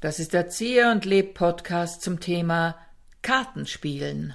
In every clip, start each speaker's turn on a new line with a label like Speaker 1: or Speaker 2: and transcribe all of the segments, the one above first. Speaker 1: Das ist der Ziehe und Leb Podcast zum Thema Kartenspielen.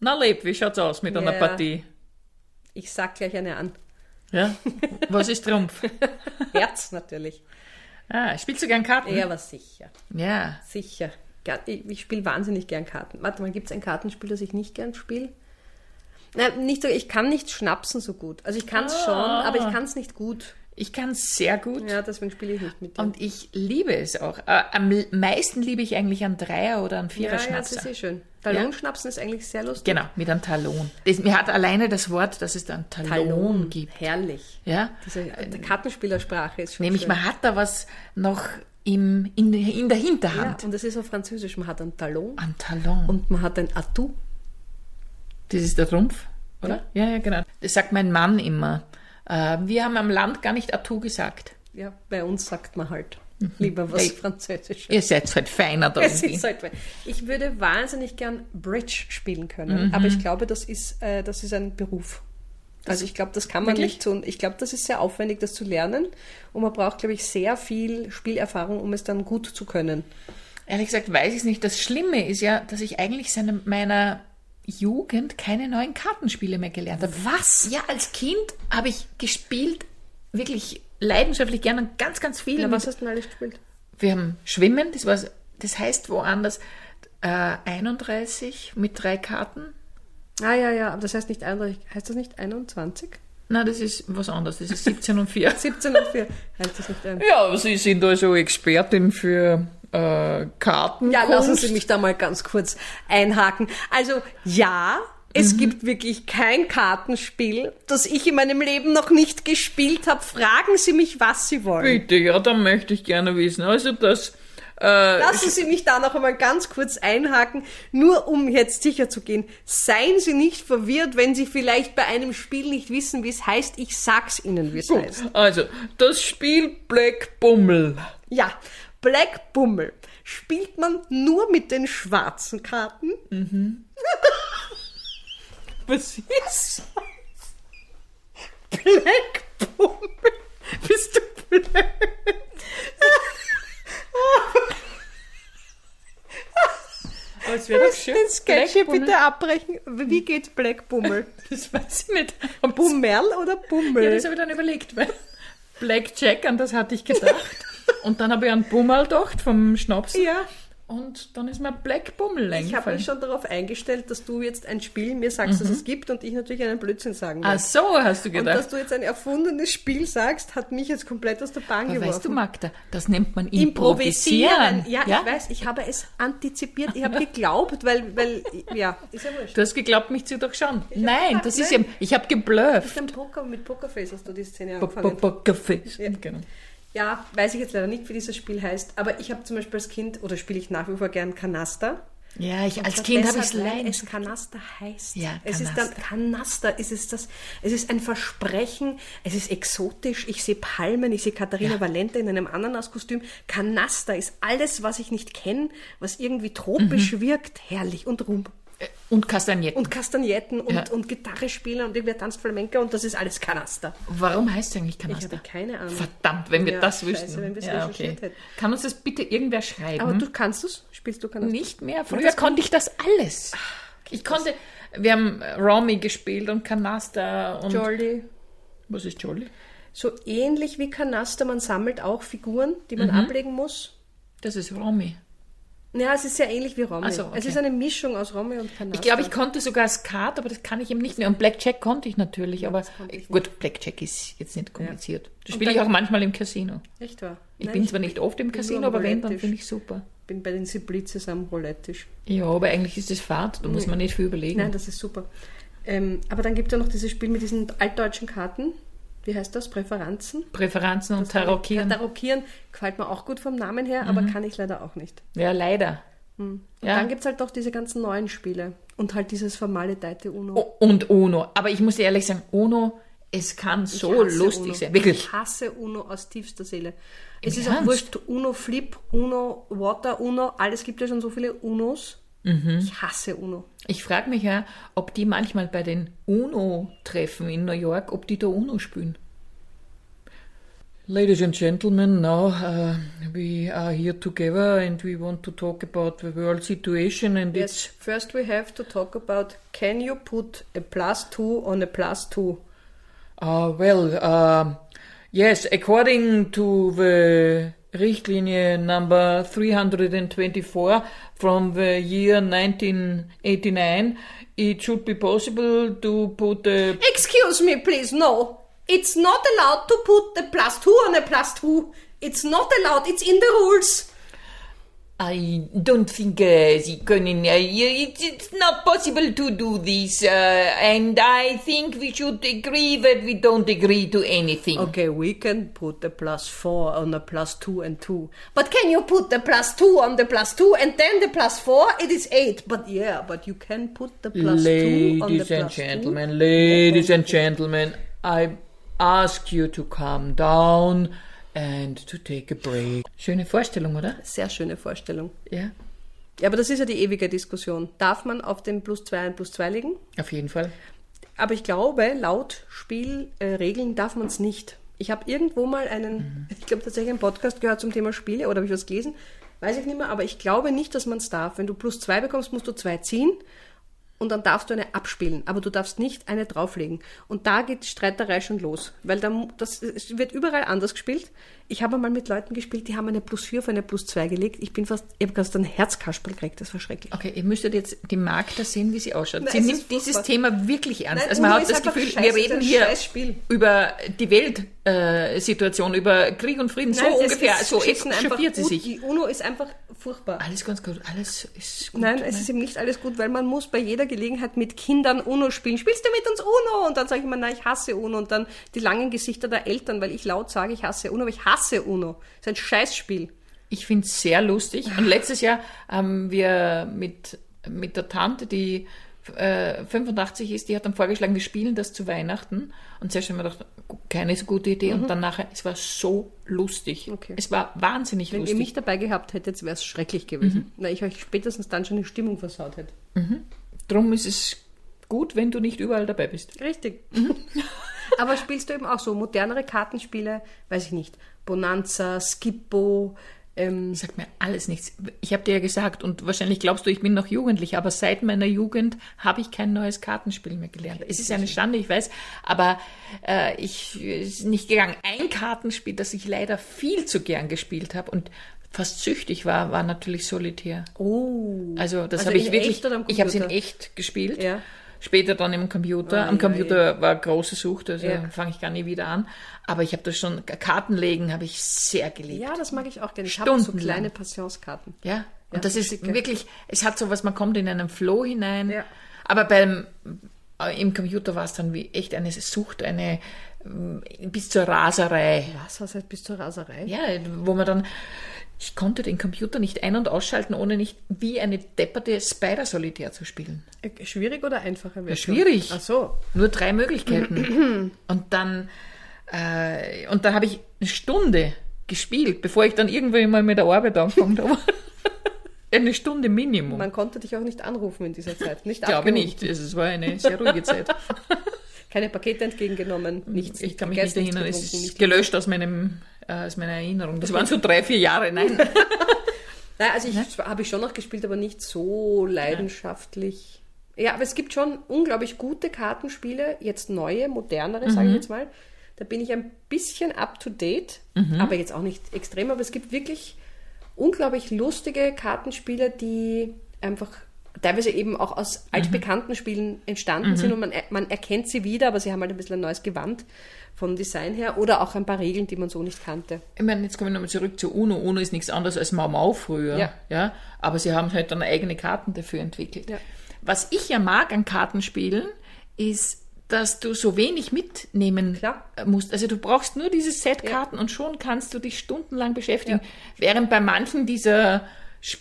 Speaker 1: Na Leb, wie schaut's aus mit einer
Speaker 2: Ja.
Speaker 1: Partie?
Speaker 2: Ich sag gleich eine an.
Speaker 1: Ja? Was ist Trumpf?
Speaker 2: Herz natürlich.
Speaker 1: Ah, spielst du gern Karten?
Speaker 2: Ja, aber sicher.
Speaker 1: Ja.
Speaker 2: Sicher. Gar- Ich, ich spiele wahnsinnig gern Karten. Warte mal, gibt es ein Kartenspiel, das ich nicht gern spiele? Nicht so, ich kann nicht schnapsen so gut. Also ich kann es
Speaker 1: Ah.
Speaker 2: schon, aber ich kann es nicht gut.
Speaker 1: Ich kann sehr gut.
Speaker 2: Ja, deswegen spiele ich nicht mit dir.
Speaker 1: Und ich liebe es auch. Äh, am l- meisten liebe ich eigentlich einen Dreier oder einen
Speaker 2: ja,
Speaker 1: Vierer
Speaker 2: ja, das
Speaker 1: Schnapser.
Speaker 2: ist eh schön. Talonschnapsen ist eigentlich sehr lustig.
Speaker 1: genau, mit einem Talon. Das, mir hat alleine das Wort, dass es da einen Talon,
Speaker 2: Talon,
Speaker 1: gibt.
Speaker 2: herrlich.
Speaker 1: Ja?
Speaker 2: Diese äh, Kartenspielersprache ist schon
Speaker 1: Nämlich
Speaker 2: schön.
Speaker 1: man hat da was noch im, in, in der
Speaker 2: ja,
Speaker 1: Hinterhand.
Speaker 2: und das ist auf Französisch. Man hat ein Talon
Speaker 1: Ein Talon.
Speaker 2: und man hat ein Atout.
Speaker 1: Das ist der Trumpf, oder? Ja, ja, genau. Das sagt mein Mann immer. Äh, wir haben am Land gar nicht Atu gesagt.
Speaker 2: Ja, bei uns sagt man halt lieber was
Speaker 1: Mhm. Hey.
Speaker 2: Französisches.
Speaker 1: Ihr seid halt feiner da
Speaker 2: Es
Speaker 1: irgendwie.
Speaker 2: ist halt, ich würde wahnsinnig gern Bridge spielen
Speaker 1: Mhm.
Speaker 2: können, aber ich glaube, das ist, äh, das ist ein Beruf. Also ich glaube, das kann man
Speaker 1: Wirklich?
Speaker 2: nicht tun. Ich glaube, das ist sehr aufwendig, das zu lernen. Und man braucht, glaube ich, sehr viel Spielerfahrung, um es dann gut zu können.
Speaker 1: Ehrlich gesagt weiß ich es nicht. Das Schlimme ist ja, dass ich eigentlich seit meiner Jugend keine neuen Kartenspiele mehr gelernt habe. Was? Ja, als Kind habe ich gespielt, wirklich leidenschaftlich gerne und ganz, ganz viel.
Speaker 2: Na,
Speaker 1: mit-
Speaker 2: was hast du denn alles gespielt?
Speaker 1: Wir haben Schwimmen, das, war's, das heißt woanders äh, 31 mit drei Karten.
Speaker 2: Ah ja, ja, aber das heißt nicht 31, heißt das nicht 21?
Speaker 1: Na, das ist was anderes, das ist 17 und 4.
Speaker 2: 17 und 4 heißt das nicht ein.
Speaker 1: Ja, Sie sind also Expertin für äh, Karten.
Speaker 2: Ja, lassen Sie mich da mal ganz kurz einhaken. Also ja, es gibt wirklich kein Kartenspiel, das ich in meinem Leben noch nicht gespielt habe. Fragen Sie mich, was Sie wollen.
Speaker 1: Bitte, ja, dann möchte ich gerne wissen. Also das, äh,
Speaker 2: Lassen Sie mich da noch einmal ganz kurz einhaken, nur um jetzt sicher zu gehen. Seien Sie nicht verwirrt, wenn Sie vielleicht bei einem Spiel nicht wissen, wie es heißt. Ich sag's Ihnen, wie es heißt.
Speaker 1: also das Spiel Black Bummel.
Speaker 2: Ja, Black Bummel spielt man nur mit den schwarzen Karten.
Speaker 1: Was ist?
Speaker 2: Black Bummel. Bist du blöd?
Speaker 1: Das wäre doch schön.
Speaker 2: Den Sketch hier
Speaker 1: Black Bummel.
Speaker 2: bitte abbrechen. Wie geht Black Bummel?
Speaker 1: Das weiß ich nicht. Und Bummel.
Speaker 2: Bummel oder
Speaker 1: Ja,
Speaker 2: Bummel?
Speaker 1: das habe ich dann überlegt, weil Blackjack, an das hatte ich gedacht. Und dann habe ich an Bummel gedacht vom Schnapsen.
Speaker 2: Ja,
Speaker 1: Und dann ist mir Black Bummel
Speaker 2: ich habe
Speaker 1: eingefallen. Mhm.
Speaker 2: mich schon darauf eingestellt, dass du jetzt ein Spiel mir sagst, dass es gibt und ich natürlich einen Blödsinn sagen
Speaker 1: Ach
Speaker 2: werde.
Speaker 1: so, hast du
Speaker 2: und
Speaker 1: gedacht.
Speaker 2: dass du jetzt ein erfundenes Spiel sagst, hat mich jetzt komplett aus der Bahn
Speaker 1: Aber
Speaker 2: geworfen.
Speaker 1: weißt du, Magda, das nennt man improvisieren.
Speaker 2: Ja, ich weiß, ich habe es antizipiert, ich habe geglaubt, weil, weil, ja, ist ja wurscht.
Speaker 1: Du hast geglaubt, mich zu durchschauen. Nein,
Speaker 2: gedacht, ne?
Speaker 1: das ist
Speaker 2: nein.
Speaker 1: eben, ich habe geblufft.
Speaker 2: Mit, dem Poker, mit Pokerface hast du die Szene
Speaker 1: Bo- bo-
Speaker 2: angefangen.
Speaker 1: bo- Kaffees. Genau.
Speaker 2: Ja, weiß ich jetzt leider nicht, wie dieses Spiel heißt, aber ich habe zum Beispiel als Kind, oder spiele ich nach wie vor gern Kanaster.
Speaker 1: Ja, ich, als
Speaker 2: Und
Speaker 1: Kind habe ich
Speaker 2: deshalb,
Speaker 1: es
Speaker 2: weil
Speaker 1: leid.
Speaker 2: Es Kanaster heißt.
Speaker 1: Ja,
Speaker 2: es ist dann Kanaster. Es ist, das, es ist ein Versprechen. Es ist exotisch. Ich sehe Palmen. Ich sehe Katharina
Speaker 1: Ja.
Speaker 2: Valente in einem Ananaskostüm. Kanaster ist alles, was ich nicht kenne, was irgendwie tropisch
Speaker 1: Mhm.
Speaker 2: wirkt. Herrlich und rum.
Speaker 1: Äh, Und Kastagnetten.
Speaker 2: Und Kastagnetten und,
Speaker 1: Ja.
Speaker 2: und Gitarre spielen und irgendwer tanzt Flamenco und das ist alles Kanaster.
Speaker 1: Warum heißt es eigentlich Kanaster?
Speaker 2: habe keine Ahnung.
Speaker 1: Verdammt, wenn wir
Speaker 2: Ja,
Speaker 1: das
Speaker 2: scheiße,
Speaker 1: wüssten.
Speaker 2: wenn wir's
Speaker 1: ja,
Speaker 2: recherchiert
Speaker 1: okay.
Speaker 2: hätten.
Speaker 1: Kann uns das bitte irgendwer schreiben?
Speaker 2: Aber du kannst es? Spielst du Kanaster?
Speaker 1: Nicht mehr. Früher konnte ich das alles. Ich konnte, wir haben äh, Romy gespielt und Kanaster und...
Speaker 2: Jolly.
Speaker 1: Was ist Jolly?
Speaker 2: So ähnlich wie Kanaster, man sammelt auch Figuren, die
Speaker 1: Mhm.
Speaker 2: man ablegen muss.
Speaker 1: Das ist Romy.
Speaker 2: Ja, es ist sehr ähnlich wie Romy.
Speaker 1: Ach so, Also, okay.
Speaker 2: Es ist eine Mischung aus Romy und Kanaster.
Speaker 1: Ich glaube, ich konnte sogar Skat, aber das kann ich eben nicht mehr. Und Blackjack konnte ich natürlich, aber gut, Blackjack ist jetzt nicht kompliziert. Das spiele ich auch manchmal im Casino.
Speaker 2: Echt wahr?
Speaker 1: Ich
Speaker 2: Nein,
Speaker 1: bin zwar nicht oft im
Speaker 2: bin nur
Speaker 1: Casino,
Speaker 2: am
Speaker 1: aber wenn, dann
Speaker 2: Roulette-Tisch.
Speaker 1: finde ich super.
Speaker 2: bin bei den Siblizes am Roulette-Tisch.
Speaker 1: Ja, aber eigentlich ist das Fahrt, da muss man nicht viel überlegen.
Speaker 2: Nein, das ist super. Ähm, aber dann gibt es ja noch dieses Spiel mit diesen altdeutschen Karten. Wie heißt das? Präferenzen?
Speaker 1: Präferenzen und Tarockieren.
Speaker 2: Tarokieren gefällt mir auch gut vom Namen her, aber kann ich leider auch nicht.
Speaker 1: Ja, leider.
Speaker 2: Und
Speaker 1: Mhm. Ja.
Speaker 2: dann gibt es halt doch diese ganzen neuen Spiele und halt dieses vermaledeite Uno.
Speaker 1: O- Und Uno. Aber ich muss dir ehrlich sagen, Uno, es kann
Speaker 2: Ich
Speaker 1: so
Speaker 2: hasse
Speaker 1: lustig
Speaker 2: Uno.
Speaker 1: sein. Wirklich.
Speaker 2: Ich hasse Uno aus tiefster Seele. Es
Speaker 1: Im
Speaker 2: ist auch
Speaker 1: Ernst?
Speaker 2: wurscht, Uno Flip, Uno Water, Uno, alles gibt ja schon so viele Unos.
Speaker 1: Mhm.
Speaker 2: Ich hasse UNO.
Speaker 1: Ich frage mich ja, ob die manchmal bei den UNO-Treffen in New York, ob die da UNO spielen. Ladies and gentlemen, now uh, we are here together and we want to talk about the world situation and
Speaker 2: Yes, first we have to talk about can you put a plus two on a plus two?
Speaker 1: Uh, well, uh, yes, according to the Richtlinie number 324 from the year 1989, it should be possible to put a.
Speaker 2: Excuse me, please, no. It's not allowed to put the plus two on a plus two. It's not allowed, it's in the rules.
Speaker 1: I don't think uh, the können. Uh, it's, it's not possible to do this, uh, and I think we should agree that we don't agree to anything.
Speaker 2: Okay, we can put the plus four on the plus two and two. But can you put the plus two on the plus two and then the plus four? It is eight. But yeah, but you can put the plus two on the
Speaker 1: Ladies
Speaker 2: plus
Speaker 1: and gentlemen, ladies and gentlemen, I ask you to calm down and to take a break. Schöne Vorstellung, oder?
Speaker 2: two. Sehr schöne Vorstellung.
Speaker 1: Ja,
Speaker 2: Ja, aber das ist ja die ewige Diskussion. Darf man auf dem plus zwei und plus zwei liegen?
Speaker 1: auf jeden Fall.
Speaker 2: Aber ich glaube, laut Spielregeln darf man es nicht. Ich habe irgendwo mal einen, ich glaube tatsächlich einen Podcast gehört zum Thema Spiele oder habe ich was gelesen? Weiß ich nicht mehr, aber ich glaube nicht, dass man es darf. Wenn du plus zwei bekommst, musst du zwei ziehen und dann darfst du eine abspielen, aber du darfst nicht eine drauflegen. Und da geht die Streiterei schon los, weil da, mu- das es wird überall anders gespielt. Ich habe mal mit Leuten gespielt, die haben eine plus vier auf eine plus zwei gelegt. Ich bin fast, ich habe gerade ein Herzkasperl gekriegt, das war schrecklich.
Speaker 1: Okay, ihr müsstet jetzt die Magda sehen, wie sie ausschaut.
Speaker 2: Nein,
Speaker 1: sie
Speaker 2: es
Speaker 1: nimmt
Speaker 2: ist
Speaker 1: dieses
Speaker 2: furchtbar.
Speaker 1: Thema wirklich ernst.
Speaker 2: Nein,
Speaker 1: also man
Speaker 2: Uno
Speaker 1: hat
Speaker 2: ist
Speaker 1: das
Speaker 2: einfach
Speaker 1: Gefühl,
Speaker 2: scheiße,
Speaker 1: wir reden
Speaker 2: ein
Speaker 1: hier
Speaker 2: scheiß Spiel.
Speaker 1: über die Weltsituation, äh, über Krieg und Frieden,
Speaker 2: Nein,
Speaker 1: so
Speaker 2: es
Speaker 1: ungefähr,
Speaker 2: ist
Speaker 1: so
Speaker 2: beschissen, Also einfach
Speaker 1: echauffiert sie
Speaker 2: gut.
Speaker 1: sich.
Speaker 2: Die UNO ist einfach furchtbar.
Speaker 1: Alles ganz gut, alles ist gut.
Speaker 2: Nein, es ist eben nicht alles gut, weil man muss bei jeder Gelegenheit mit Kindern UNO spielen. Spielst du mit uns UNO? Und dann sage ich immer, nein, ich hasse UNO. Und dann die langen Gesichter der Eltern, weil ich laut sage, ich hasse UNO, aber ich hasse UNO. Das ist ein Scheißspiel.
Speaker 1: Ich finde es sehr lustig. Und letztes Jahr haben wir mit, mit der Tante, die äh, 85 ist, die hat dann vorgeschlagen, wir spielen das zu Weihnachten. Und zuerst haben wir gedacht, keine so gute Idee. Und dann nachher, es war so lustig.
Speaker 2: Mhm. Okay.
Speaker 1: Es war wahnsinnig
Speaker 2: Wenn ihr
Speaker 1: lustig.
Speaker 2: mich dabei gehabt hättet, wäre es schrecklich gewesen. Weil ich euch spätestens dann schon die Stimmung versaut hätte.
Speaker 1: Drum ist es gut, wenn du nicht überall dabei bist.
Speaker 2: Richtig. Mhm. Aber spielst du eben auch so modernere Kartenspiele, weiß ich nicht, Bonanza, Skippo, ähm,
Speaker 1: Das sagt mir alles nichts. Ich habe dir ja gesagt, und wahrscheinlich glaubst du, ich bin noch jugendlich, aber seit meiner Jugend habe ich kein neues Kartenspiel mehr gelernt. es ist eine Schande, ich weiß, aber äh, ich ist nicht gegangen. Ein Kartenspiel, das ich leider viel zu gern gespielt habe und fast süchtig war, war natürlich Solitär.
Speaker 2: oh.
Speaker 1: Also das
Speaker 2: Also
Speaker 1: habe ich
Speaker 2: in
Speaker 1: wirklich.
Speaker 2: echt oder am
Speaker 1: ich habe es in
Speaker 2: Computer?
Speaker 1: echt gespielt.
Speaker 2: Ja.
Speaker 1: Später dann im Computer.
Speaker 2: Ah,
Speaker 1: Am
Speaker 2: ja,
Speaker 1: Computer war große Sucht, also
Speaker 2: Ja.
Speaker 1: fange ich gar nie wieder an. Aber ich habe das schon Kartenlegen habe ich sehr geliebt.
Speaker 2: Ja, das mag ich auch gerne. Ich habe so
Speaker 1: Stundenlang.
Speaker 2: kleine Passionskarten.
Speaker 1: Ja, und
Speaker 2: Ja,
Speaker 1: das ist
Speaker 2: schicke.
Speaker 1: wirklich, es hat so was, man kommt in einen Flow hinein.
Speaker 2: Ja.
Speaker 1: Aber beim, äh, im Computer war es dann wie echt eine Sucht, eine ähm, bis zur Raserei.
Speaker 2: Was, was heißt bis zur Raserei?
Speaker 1: Ja, wo man dann, ich konnte den Computer nicht ein- und ausschalten, ohne nicht wie eine depperte Spider-Solitär zu spielen.
Speaker 2: Äh, Schwierig oder einfache Version?
Speaker 1: schwierig.
Speaker 2: Ach so.
Speaker 1: Nur drei Möglichkeiten. und dann, äh, und da habe ich eine Stunde gespielt, bevor ich dann irgendwann mal mit der Arbeit angefangen habe. eine Stunde Minimum.
Speaker 2: Man konnte dich auch nicht anrufen in dieser Zeit. Nicht
Speaker 1: Ich glaube
Speaker 2: abgehoben.
Speaker 1: nicht. Also, Es es war eine sehr ruhige Zeit.
Speaker 2: Keine Pakete entgegengenommen. Nichts.
Speaker 1: Hm, Ich kann mich nicht
Speaker 2: gegessen,
Speaker 1: erinnern. Es
Speaker 2: nichts getrunken,
Speaker 1: ist gelöscht aus, meinem, äh, aus meiner Erinnerung. Das waren so drei, vier Jahre. Nein.
Speaker 2: nicht. Nein, also ich habe ich schon noch gespielt, aber nicht so leidenschaftlich. Ja, aber es gibt schon unglaublich gute Kartenspiele, jetzt neue, modernere, sage ich jetzt mal. Da bin ich ein bisschen up to date, aber jetzt auch nicht extrem, aber es gibt wirklich unglaublich lustige Kartenspiele, die einfach teilweise eben auch aus altbekannten Spielen entstanden sind und man, er- man erkennt sie wieder, aber sie haben halt ein bisschen ein neues Gewand vom Design her oder auch ein paar Regeln, die man so nicht kannte.
Speaker 1: Ich meine, jetzt kommen wir nochmal zurück zu UNO. UNO ist nichts anderes als Mau Mau früher.
Speaker 2: Ja.
Speaker 1: Ja? Aber sie haben halt dann eigene Karten dafür entwickelt.
Speaker 2: Ja.
Speaker 1: Was ich ja mag an Kartenspielen, ist, dass du so wenig mitnehmen
Speaker 2: Klar.
Speaker 1: musst. Also du brauchst nur dieses Set Karten und schon kannst du dich stundenlang beschäftigen. Während bei manchen dieser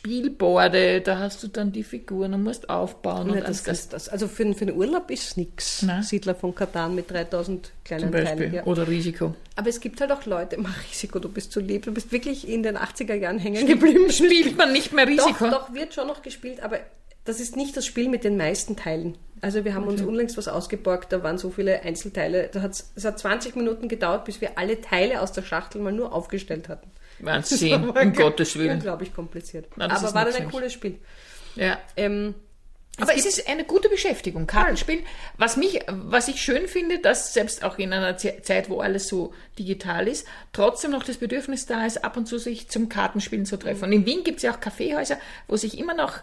Speaker 1: Spielborde, da hast du dann die Figuren und musst aufbauen.
Speaker 2: Ja,
Speaker 1: und
Speaker 2: das, das,
Speaker 1: alles
Speaker 2: das, also für, den- für den Urlaub ist es nichts.
Speaker 1: Na.
Speaker 2: Siedler von Katan mit 3000 kleinen
Speaker 1: Zum Beispiel.
Speaker 2: Teilen. Ja.
Speaker 1: Oder Risiko.
Speaker 2: Aber es gibt halt auch Leute, mach Risiko, du bist zu lieb, du bist wirklich in den 80er Jahren hängen geblieben.
Speaker 1: Spielt man nicht mehr
Speaker 2: Doch,
Speaker 1: Risiko?
Speaker 2: doch, wird schon noch gespielt, aber das ist nicht das Spiel mit den meisten Teilen. Also wir haben uns unlängst was ausgeborgt, da waren so viele Einzelteile. Da hat's, es hat 20 Minuten gedauert, bis wir alle Teile aus der Schachtel mal nur aufgestellt hatten.
Speaker 1: Wahnsinn, um Gottes Willen.
Speaker 2: Unglaublich kompliziert.
Speaker 1: Na, das
Speaker 2: Aber
Speaker 1: ist
Speaker 2: war
Speaker 1: nichts
Speaker 2: dann
Speaker 1: für
Speaker 2: ein
Speaker 1: mich.
Speaker 2: cooles Spiel.
Speaker 1: Ja.
Speaker 2: Ähm,
Speaker 1: Aber es ist eine gute Beschäftigung, Kartenspielen. Was, mich, was ich schön finde, dass selbst auch in einer Ze- Zeit, wo alles so digital ist, trotzdem noch das Bedürfnis da ist, ab und zu sich zum Kartenspielen zu treffen. Und in Wien gibt es ja auch Kaffeehäuser, wo sich immer noch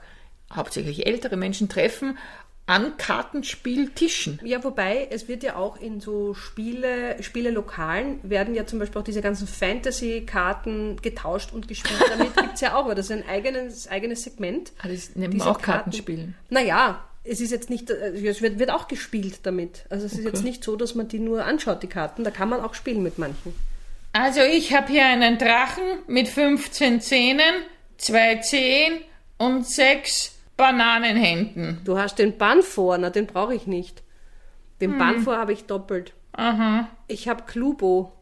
Speaker 1: hauptsächlich ältere Menschen treffen an Kartenspieltischen.
Speaker 2: Ja, wobei, es wird ja auch in so Spiele, Spielelokalen werden ja zum Beispiel auch diese ganzen Fantasy-Karten getauscht und gespielt. Damit gibt's ja auch, aber das ist ein eigenes, eigenes Segment.
Speaker 1: Also das nennt man
Speaker 2: Diese
Speaker 1: auch Kartenspielen.
Speaker 2: Naja, es ist jetzt nicht, also es wird, wird auch gespielt damit. Also es ist jetzt nicht so, dass man die nur anschaut, die Karten. Da kann man auch spielen mit manchen.
Speaker 1: Also ich habe hier einen Drachen mit 15 Zähnen, zwei Zehen und sechs Bananenhänden.
Speaker 2: Du hast den Bann vor, na, den brauche ich nicht. Den Bann vor habe ich doppelt.
Speaker 1: Hm. Aha.
Speaker 2: Ich habe Klubo.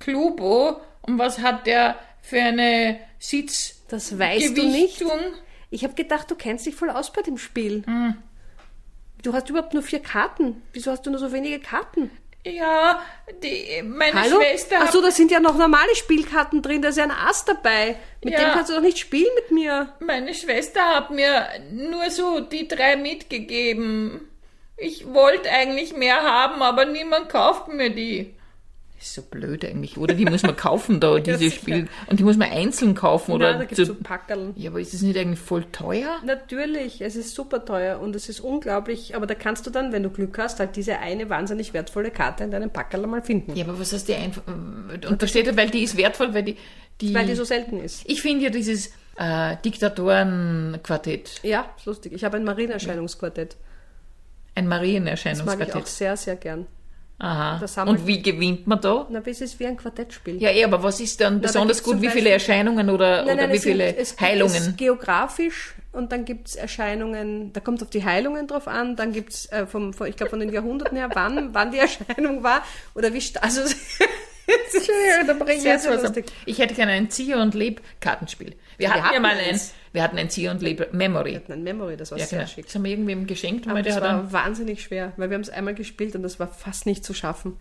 Speaker 1: Klubo und was hat der für eine
Speaker 2: Das weißt du nicht.
Speaker 1: Sitzgewichtung?
Speaker 2: Ich habe gedacht, du kennst dich voll aus bei dem Spiel.
Speaker 1: Hm.
Speaker 2: Du hast überhaupt nur vier Karten. Wieso hast du nur so wenige Karten?
Speaker 1: Ja, die, meine
Speaker 2: Hallo?
Speaker 1: Schwester.
Speaker 2: Achso, da sind ja noch normale Spielkarten drin. Da ist ja ein Ass dabei. Mit
Speaker 1: Ja.
Speaker 2: dem kannst du doch nicht spielen mit mir.
Speaker 1: Meine Schwester hat mir nur so die drei mitgegeben. Ich wollte eigentlich mehr haben, aber niemand kauft mir die. Ist so blöd eigentlich, oder? Die muss man kaufen da, diese
Speaker 2: sicher.
Speaker 1: Spiel. Und die muss man einzeln kaufen, oder?
Speaker 2: Na, da gibt's
Speaker 1: zu-
Speaker 2: so Packerln.
Speaker 1: ja, aber ist das nicht eigentlich voll teuer?
Speaker 2: Natürlich, es ist super teuer und es ist unglaublich, aber da kannst du dann, wenn du Glück hast, halt diese eine wahnsinnig wertvolle Karte in deinem Packerl mal finden.
Speaker 1: Ja, aber was heißt die einfach? Und da steht, ja, weil die ist wertvoll, weil die. die
Speaker 2: Weil die so selten ist.
Speaker 1: Ich finde ja dieses äh, Diktatorenquartett,
Speaker 2: Ja, ist lustig. Ich habe ein Marienerscheinungsquartett. Das
Speaker 1: ein
Speaker 2: mag ich auch
Speaker 1: Marienerscheinungsquartett.
Speaker 2: sehr, sehr gern.
Speaker 1: Aha.
Speaker 2: Das haben
Speaker 1: Und wie gewinnt man da?
Speaker 2: Na, aber es ist wie ein Quartettspiel.
Speaker 1: Ja, eh, aber was ist dann
Speaker 2: da
Speaker 1: besonders
Speaker 2: gibt's
Speaker 1: gut?
Speaker 2: zum
Speaker 1: Wie viele
Speaker 2: Beispiel-
Speaker 1: Erscheinungen
Speaker 2: Nein,
Speaker 1: oder, oder
Speaker 2: nein,
Speaker 1: wie
Speaker 2: es sind-
Speaker 1: viele
Speaker 2: es gibt- Es
Speaker 1: Heilungen?
Speaker 2: ist geografisch und dann gibt es Erscheinungen, da kommt es auf die Heilungen drauf an, dann gibt es, äh, vom, vom, ich glaube, von den Jahrhunderten her, wann, wann die Erscheinung war oder wie. sta- Also, es ist
Speaker 1: Entschuldigung, da bring ich
Speaker 2: sehr,
Speaker 1: jetzt
Speaker 2: sehr
Speaker 1: was ab.
Speaker 2: lustig.
Speaker 1: Ich hätte gerne ein Zieh- und Leb-Kartenspiel. Wir,
Speaker 2: Wir
Speaker 1: hatten ja
Speaker 2: hatten
Speaker 1: mal ein,
Speaker 2: eins.
Speaker 1: wir hatten ein Zieh- und Leb-Memory.
Speaker 2: ein Memory, das war
Speaker 1: Ja,
Speaker 2: sehr
Speaker 1: genau.
Speaker 2: schick.
Speaker 1: Das haben wir irgendwem geschenkt.
Speaker 2: Aber
Speaker 1: weil der
Speaker 2: das
Speaker 1: hat einen,
Speaker 2: war wahnsinnig schwer, weil wir haben es einmal gespielt und das war fast nicht zu schaffen.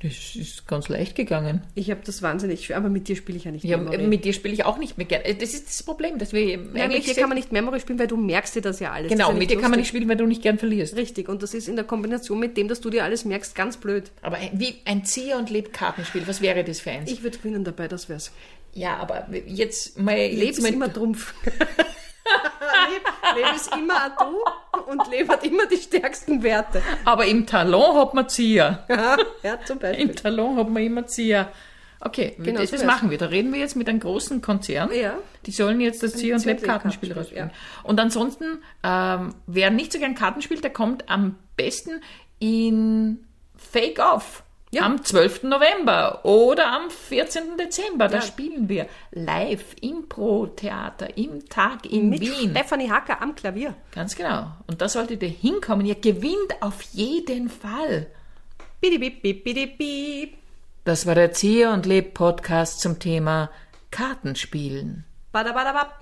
Speaker 1: das ist ganz leicht gegangen.
Speaker 2: Ich habe das wahnsinnig schwer, aber mit dir spiele ich ja nicht
Speaker 1: Ja, äh,
Speaker 2: Memory.
Speaker 1: mit dir spiele ich auch nicht mehr gerne. Das ist das Problem, dass wir
Speaker 2: ja, mit dir
Speaker 1: eigentlich...
Speaker 2: kann man nicht Memory spielen, weil du merkst dir das ja alles.
Speaker 1: genau,
Speaker 2: das ist ja
Speaker 1: mit dir kann man
Speaker 2: lustig.
Speaker 1: nicht spielen, weil du nicht gern verlierst.
Speaker 2: Richtig, und das ist in der Kombination mit dem, dass du dir alles merkst, ganz blöd.
Speaker 1: Aber ein- wie ein Zieher- und Lebkartenspiel, was wäre das für eins?
Speaker 2: Ich würde gewinnen dabei, das wär's.
Speaker 1: ja, aber jetzt mal
Speaker 2: Leb
Speaker 1: jetzt
Speaker 2: ist
Speaker 1: mit,
Speaker 2: immer Trumpf. leb, leb ist immer ein Du und Leb hat immer die stärksten Werte.
Speaker 1: Aber im Talon hat man Zieher.
Speaker 2: ja, zum Beispiel.
Speaker 1: Im Talon hat man immer Zieher. Okay,
Speaker 2: Genau,
Speaker 1: das,
Speaker 2: so
Speaker 1: das
Speaker 2: wär's.
Speaker 1: machen wir. Da reden wir jetzt mit einem großen Konzern.
Speaker 2: Ja.
Speaker 1: Die sollen jetzt das Zieher- und
Speaker 2: Zieher- und
Speaker 1: Lebkartenspiel
Speaker 2: Lebkartenspiel,
Speaker 1: rausbringen. Und ansonsten, ähm, wer nicht so gern Karten spielt, der kommt am besten in Fake Off.
Speaker 2: Ja.
Speaker 1: Am 12. November oder am 14. Dezember, da
Speaker 2: Ja.
Speaker 1: spielen wir live im Pro-Theater, im Tag in
Speaker 2: Mit
Speaker 1: Wien.
Speaker 2: Stephanie Hacker am Klavier.
Speaker 1: Ganz genau. Und da solltet ihr hinkommen. Ihr gewinnt auf jeden Fall.
Speaker 2: Bidi bip, bip, bidi bip.
Speaker 1: Das war der Zieher und Leb Podcast zum Thema Kartenspielen.
Speaker 2: Badabadabab.